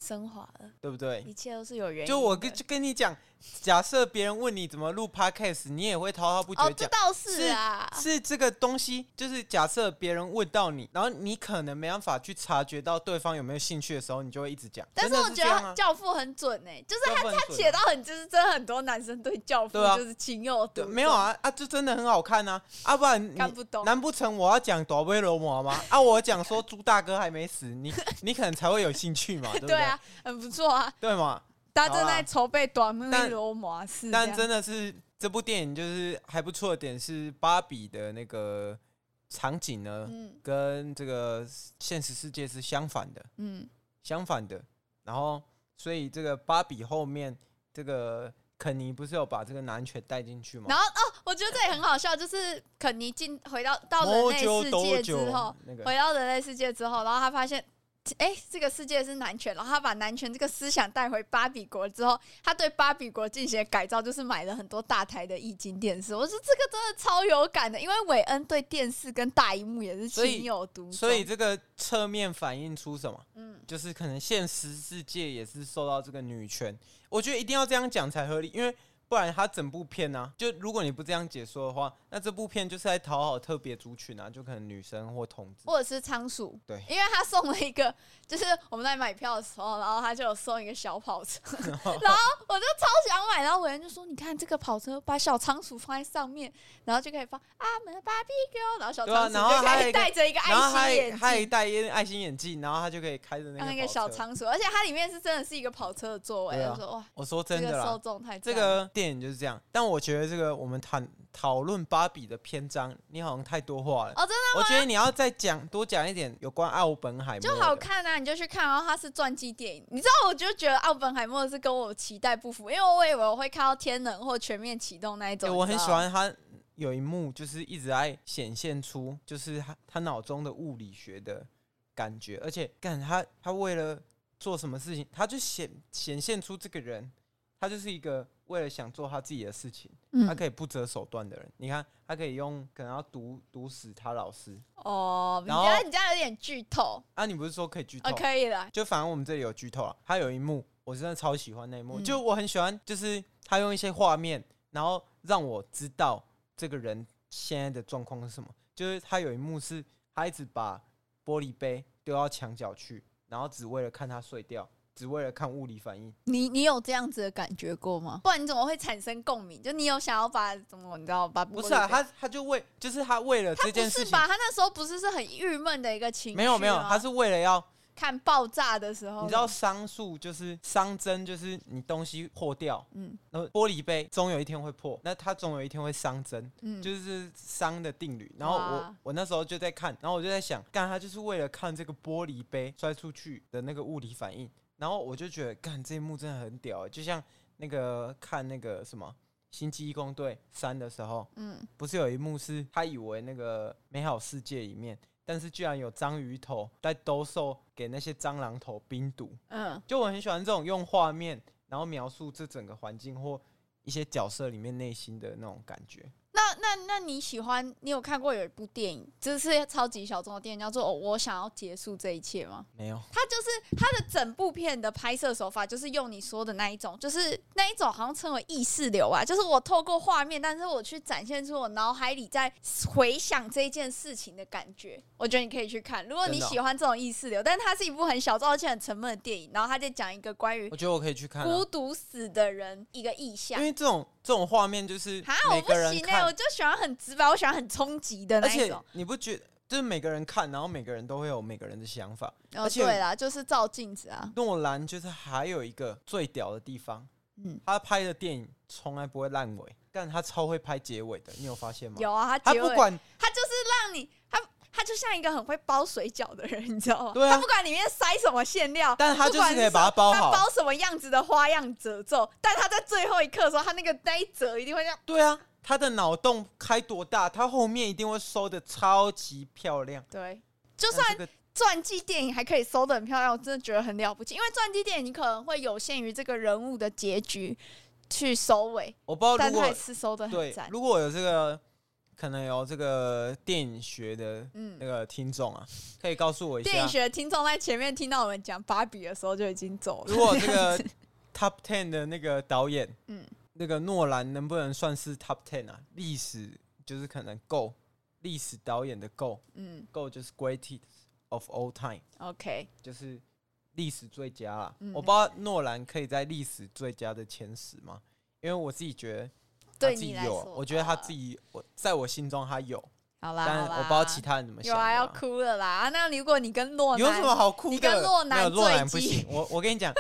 Speaker 2: 升华了，
Speaker 3: 对不对？
Speaker 2: 一切都是有原因的。
Speaker 3: 就我跟就跟你讲，假设别人问你怎么录 podcast，你也会滔滔不
Speaker 2: 哦
Speaker 3: 绝，
Speaker 2: 这
Speaker 3: 讲。
Speaker 2: 倒是啊，
Speaker 3: 是这个东西，就是假设别人问到你，然后你可能没办法去察觉到对方有没有兴趣的时候，你就会一直讲。
Speaker 2: 但
Speaker 3: 真的
Speaker 2: 我
Speaker 3: 是
Speaker 2: 觉
Speaker 3: 这样
Speaker 2: 得
Speaker 3: 啊
Speaker 2: 《教父》很准呢、就是
Speaker 3: 这样不很
Speaker 2: 他
Speaker 3: 准
Speaker 2: 写
Speaker 3: 啊
Speaker 2: 到很，就是真的很多男生对《教父
Speaker 3: 对啊》
Speaker 2: 就是情有独
Speaker 3: 对，
Speaker 2: 钟
Speaker 3: 没有，啊啊，就真的很好看啊！啊，不然你
Speaker 2: 看不懂。
Speaker 3: 难不成我要讲短威罗 摩吗？啊，我讲说朱大哥还没死，你你可能才会有兴趣 嘛，对不
Speaker 2: 对啊，很不错啊，
Speaker 3: 对嘛？
Speaker 2: 大家
Speaker 3: 好
Speaker 2: 正
Speaker 3: 啦
Speaker 2: 在筹备《短命
Speaker 3: 但
Speaker 2: 罗马式》这
Speaker 3: 但
Speaker 2: 样
Speaker 3: 真的是这部电影就是还不错的点是芭比的那个场景呢，
Speaker 2: 嗯
Speaker 3: 跟这个现实世界是相反的，
Speaker 2: 嗯，
Speaker 3: 相反的。然后，所以这个芭比后面这个肯尼不是有把这个男权带进去吗？
Speaker 2: 然后哦，我觉得这也很好笑，就是肯尼进回到到人类世界之后，
Speaker 3: 那个
Speaker 2: 回到人类世界之后，然后他发现。哎、这个世界是男权，然后他把男权这个思想带回芭比国之后，他对芭比国进行了改造，就是买了很多大台的液晶电视。我说这个真的超有感的，因为韦恩对电视跟大荧幕也是
Speaker 3: 所以
Speaker 2: 情有独钟。
Speaker 3: 所以，这个侧面反映出什么？
Speaker 2: 嗯，
Speaker 3: 就是可能现实世界也是受到这个女权，我觉得一定要这样讲才合理，因为不然他整部片呢、就如果你不这样解说的话，那这部片就是在讨好特别族群啊，就可能女生或同志。
Speaker 2: 或者是仓鼠，
Speaker 3: 对
Speaker 2: 因为他送了一个， 就是我们在买票的时候，然后他就有送一个小跑 车，然后我就超想买，然后伟人就说：“你看这个跑车，把小仓鼠放在上面，然后就可以放阿门芭比 girl，然后小
Speaker 3: 对啊
Speaker 2: 仓鼠
Speaker 3: 然后
Speaker 2: 就
Speaker 3: 还有
Speaker 2: 可
Speaker 3: 一
Speaker 2: 以
Speaker 3: 个
Speaker 2: 戴着一个
Speaker 3: 然后
Speaker 2: 爱
Speaker 3: 还
Speaker 2: 心眼
Speaker 3: 还有一
Speaker 2: 镜，
Speaker 3: 戴爱心眼镜，然后他就可以开着那个
Speaker 2: 让那个
Speaker 3: 跑车
Speaker 2: 小仓鼠，而且它里面是真的是一个跑车的座位，
Speaker 3: 对啊
Speaker 2: 我说哇，
Speaker 3: 我说
Speaker 2: 这
Speaker 3: 真的
Speaker 2: 个受
Speaker 3: 啦，
Speaker 2: 众太
Speaker 3: 这
Speaker 2: 赞了
Speaker 3: 个电影就是这样。但我觉得这个我们谈讨论芭比的篇章，你好像太多话了。
Speaker 2: 哦真
Speaker 3: 的我觉得你要再讲多讲一点有关奥本海默的。
Speaker 2: 就好看啊，你就去看。然后它是传记电影，你知道，我就觉得奥本海默是跟我期待不符，因为我以为我会看到天能或全面启动那一
Speaker 3: 欸
Speaker 2: 种，
Speaker 3: 我
Speaker 2: 你
Speaker 3: 很
Speaker 2: 知
Speaker 3: 喜
Speaker 2: 道吗
Speaker 3: 欢他有一幕，就是一直在显现出，就是他他脑中的物理学的感觉，而且干他他为了做什么事情，他就显显现出这个人，他他就是一个为了想做他自己的事情，他
Speaker 2: 嗯，
Speaker 3: 可以不择手段的人。你看，他可以用可能要毒毒死他老师
Speaker 2: 哦，你
Speaker 3: 然后
Speaker 2: 家你家有点剧透，
Speaker 3: 啊，你不是说可以剧透？
Speaker 2: 哦，可以了，
Speaker 3: 就反正我们这里有剧透啊，他有一幕我真的超喜欢那一幕，
Speaker 2: 嗯
Speaker 3: 就我很喜欢，就是他用一些画面，然后让我知道这个人现在的状况是什么。就是他有一幕是他一直把玻璃杯丢到墙角去，然后只为了看它碎掉，只为了看物理反应。
Speaker 2: 你你有这样子的感觉过吗？不然你怎么会产生共鸣？就你有想要把怎么你知道把
Speaker 3: 不是啊，
Speaker 2: 他
Speaker 3: 他他就为就是他为了这
Speaker 2: 不
Speaker 3: 件事
Speaker 2: 是
Speaker 3: 情
Speaker 2: 吧？，他那时候不是是很郁闷的一个情绪吗，啊
Speaker 3: 没有没有，他是为了要
Speaker 2: 看爆炸的时候，
Speaker 3: 你知道商数就是商针，就是你东西破掉，
Speaker 2: 嗯
Speaker 3: 然后玻璃杯总有一天会破，那它总有一天会伤针，
Speaker 2: 嗯，
Speaker 3: 就是伤的定律。然后我
Speaker 2: 哇
Speaker 3: 我那时候就在看，然后我就在想，干他就是为了看这个玻璃杯摔出去的那个物理反应，然后我就觉得干这一幕真的很屌欸、就像那个看那个什么。星际义工队三的时候，
Speaker 2: 嗯，
Speaker 3: 不是有一幕是他以为那个美好世界里面，但是居然有章鱼头在兜售给那些蟑螂头冰毒，
Speaker 2: 嗯
Speaker 3: 就我很喜欢这种用画面，然后描述这整个环境或一些角色里面内心的那种感觉。
Speaker 2: 那那那你喜欢？你有看过有一部电影，就是超级小众的电影，叫做《哦我想要结束这一切》吗？
Speaker 3: 没有，
Speaker 2: 它就是它的整部片的拍摄手法，就是用你说的那一种，就是那一种好像称为意识流啊，就是我透过画面，但是我去展现出我脑海里在回想这一件事情的感觉。我觉得你可以去看，如果你
Speaker 3: 真的哦
Speaker 2: 喜欢这种意识流，但它是一部很小众而且很沉闷的电影，然后它在讲一个关于
Speaker 3: 我觉得我可以去看啊、
Speaker 2: 孤独死的人一个意
Speaker 3: 因
Speaker 2: 象。
Speaker 3: 为这种这种画面就是
Speaker 2: 啊，我
Speaker 3: 每
Speaker 2: 不
Speaker 3: 个人
Speaker 2: 行哎、
Speaker 3: 看，
Speaker 2: 我就喜欢很直白，我喜欢很冲击的
Speaker 3: 而
Speaker 2: 那一
Speaker 3: 且
Speaker 2: 种。
Speaker 3: 你不觉就是每个人看，然后每个人都会有每个人的想法。
Speaker 2: 哦，
Speaker 3: 而且
Speaker 2: 对啦，就是照镜子啊，
Speaker 3: 诺兰就是还有一个最屌的地方，
Speaker 2: 嗯
Speaker 3: 他拍的电影从来不会烂尾，但他超会拍结尾的，你有发现吗？
Speaker 2: 有啊，他
Speaker 3: 他
Speaker 2: 结
Speaker 3: 不
Speaker 2: 尾
Speaker 3: 管
Speaker 2: 他就是让你他。他就像一个很会包水饺的人，你知道吗？
Speaker 3: 对啊
Speaker 2: 他不管里面塞什么馅料，
Speaker 3: 但他
Speaker 2: 不管
Speaker 3: 就是可以把它包
Speaker 2: 什
Speaker 3: 好
Speaker 2: 他包什么样子的花样褶皱，但他在最后一刻的时候，他那个那一褶一定会这样。
Speaker 3: 对啊，他的脑洞开多大，他后面一定会收的超级漂亮。
Speaker 2: 对，就
Speaker 3: 那
Speaker 2: 算
Speaker 3: 这个
Speaker 2: 传记电影还可以收的很漂亮，我真的觉得很了不起。因为传记电影你可能会有限于这个人物的结局去收尾，
Speaker 3: 我不知道，
Speaker 2: 但
Speaker 3: 哦如
Speaker 2: 他
Speaker 3: 果
Speaker 2: 也是收的很
Speaker 3: 对
Speaker 2: 赞，。
Speaker 3: 如果有这个可能有这个电影学的
Speaker 2: 嗯
Speaker 3: 那，个听众啊，可以告诉我一
Speaker 2: 电
Speaker 3: 下
Speaker 2: 影，学的听众在前面听到我们讲芭比的时候就已经走了。
Speaker 3: 如果这个 Top Ten 的那个导演，嗯
Speaker 2: 嗯，
Speaker 3: 那个诺兰能不能算是 Top Ten 啊？历史就是可能够历史导演的够
Speaker 2: 嗯
Speaker 3: 够就是 Greatest of All Time，
Speaker 2: ，OK，
Speaker 3: 就是历史最佳啦。
Speaker 2: 嗯
Speaker 3: 我不知道诺兰可以在历史最佳的前十吗？因为我自己觉得。他
Speaker 2: 对
Speaker 3: 自己
Speaker 2: 你来
Speaker 3: 有
Speaker 2: 说，，
Speaker 3: 我觉得他
Speaker 2: 啊
Speaker 3: 自己，我在我心中他有，
Speaker 2: 好啦，
Speaker 3: 但
Speaker 2: 好啦
Speaker 3: 我不知道其他人怎么想
Speaker 2: 有
Speaker 3: 的啊。
Speaker 2: 啊，要哭了啦。啊那如果你跟诺
Speaker 3: 有什么
Speaker 2: 南，
Speaker 3: 好哭的？
Speaker 2: 你跟洛南
Speaker 3: 没有洛南不
Speaker 2: 坠机
Speaker 3: 行，我我跟 你讲，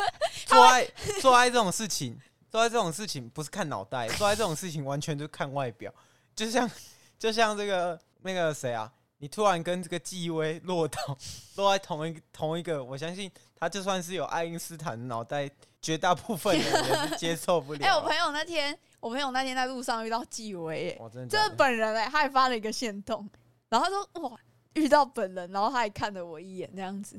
Speaker 3: 做爱做爱这种事情，做爱这种事情不是看脑袋，做爱这种事情完全就看外表，就像就像这个那个谁啊，你突然跟这个纪薇落到落在同一个同一个，我相信他就算是有爱因斯坦的脑袋，绝大部分人也是接受不了
Speaker 2: 哎、我
Speaker 3: 啊。
Speaker 2: 朋友那天，我朋友那天在路上遇到纪委、欸，
Speaker 3: 我真的
Speaker 2: 这
Speaker 3: 假
Speaker 2: 是
Speaker 3: 的
Speaker 2: 本人哎、他还发了一个线动，然后他说哇，遇到本人，然后他还看了我一眼这样 子。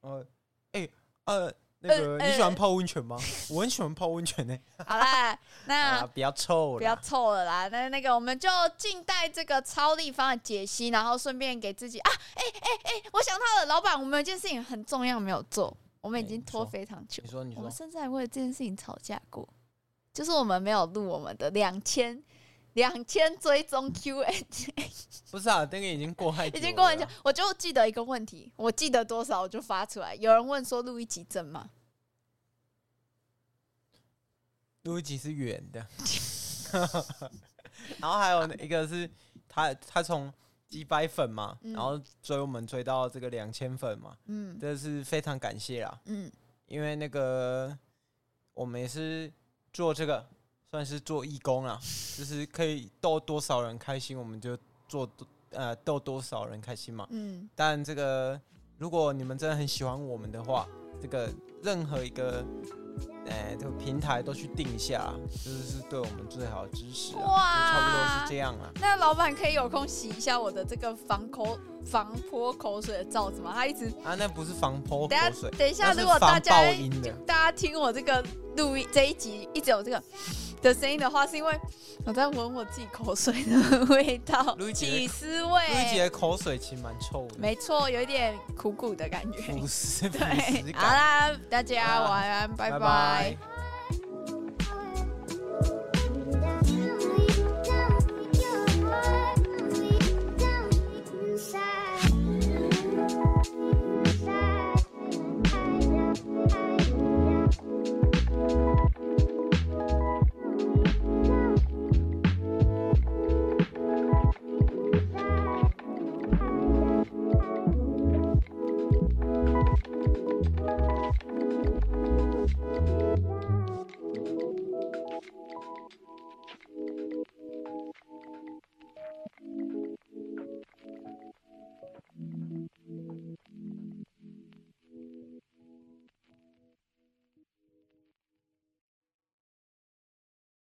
Speaker 3: 呃，哎、呃，那个、
Speaker 2: 呃
Speaker 3: 你喜欢泡温泉吗？ 我很喜欢泡温泉呢、
Speaker 2: 好啦，
Speaker 3: 啊，
Speaker 2: 那
Speaker 3: 比较臭
Speaker 2: 嗯不要
Speaker 3: 啦。
Speaker 2: 凑了啦。那那个，我们就静待这个超立方的解析，然后顺便给自己啊，哎哎哎，我想到了，老板，我们有一件事情很重要没有做，我们已
Speaker 3: 哎
Speaker 2: 经
Speaker 3: 你
Speaker 2: 拖
Speaker 3: 说
Speaker 2: 非常久
Speaker 3: 你。说，你
Speaker 2: 我
Speaker 3: 说
Speaker 2: 们，甚至还为了这件事情吵架过，就是我们没有录我们的两千两千追踪 Q&A，
Speaker 3: 不是啊，那个已经过太久了啊，
Speaker 2: 已经过很久，我就记得一个问题，我记得多少我就发出来。有人问说录一集真吗？
Speaker 3: 录一集是远的， 然后还有一个是他他从几百粉嘛，
Speaker 2: 嗯
Speaker 3: 然后追我们追到这个两千粉嘛，
Speaker 2: 嗯
Speaker 3: 这是非常感谢啦，
Speaker 2: 嗯，
Speaker 3: 因为那个我们也是做这个算是做义工啦，就是可以逗多少人开心，我们就做多呃逗多少人开心嘛。
Speaker 2: 嗯，
Speaker 3: 但这个如果你们真的很喜欢我们的话，这个任何一个哎、这个平台都去定一下，啊就是是对我们最好的支持、啊。
Speaker 2: 哇
Speaker 3: 就差不多是这样啊。
Speaker 2: 那老板可以有空洗一下我的这个防口防泼口水的罩子吗？他一直
Speaker 3: 啊，那不是防泼口
Speaker 2: 等一下
Speaker 3: 水，
Speaker 2: 等一下，
Speaker 3: 那是
Speaker 2: 如果大
Speaker 3: 防
Speaker 2: 家
Speaker 3: 爆音的。
Speaker 2: 大家听我这个录音这一集一直有这个的声音的话，是因为我在闻我自己口水的味道
Speaker 3: 录一，集
Speaker 2: 起司
Speaker 3: 露一姐
Speaker 2: 味，
Speaker 3: 的口水其实蛮臭的，
Speaker 2: 没错，有一点 苦苦的感觉。
Speaker 3: 腐蚀腐
Speaker 2: 对
Speaker 3: 蚀，
Speaker 2: 好
Speaker 3: 感。
Speaker 2: 啦，大家
Speaker 3: 好啦
Speaker 2: 晚安，拜拜
Speaker 3: 拜拜。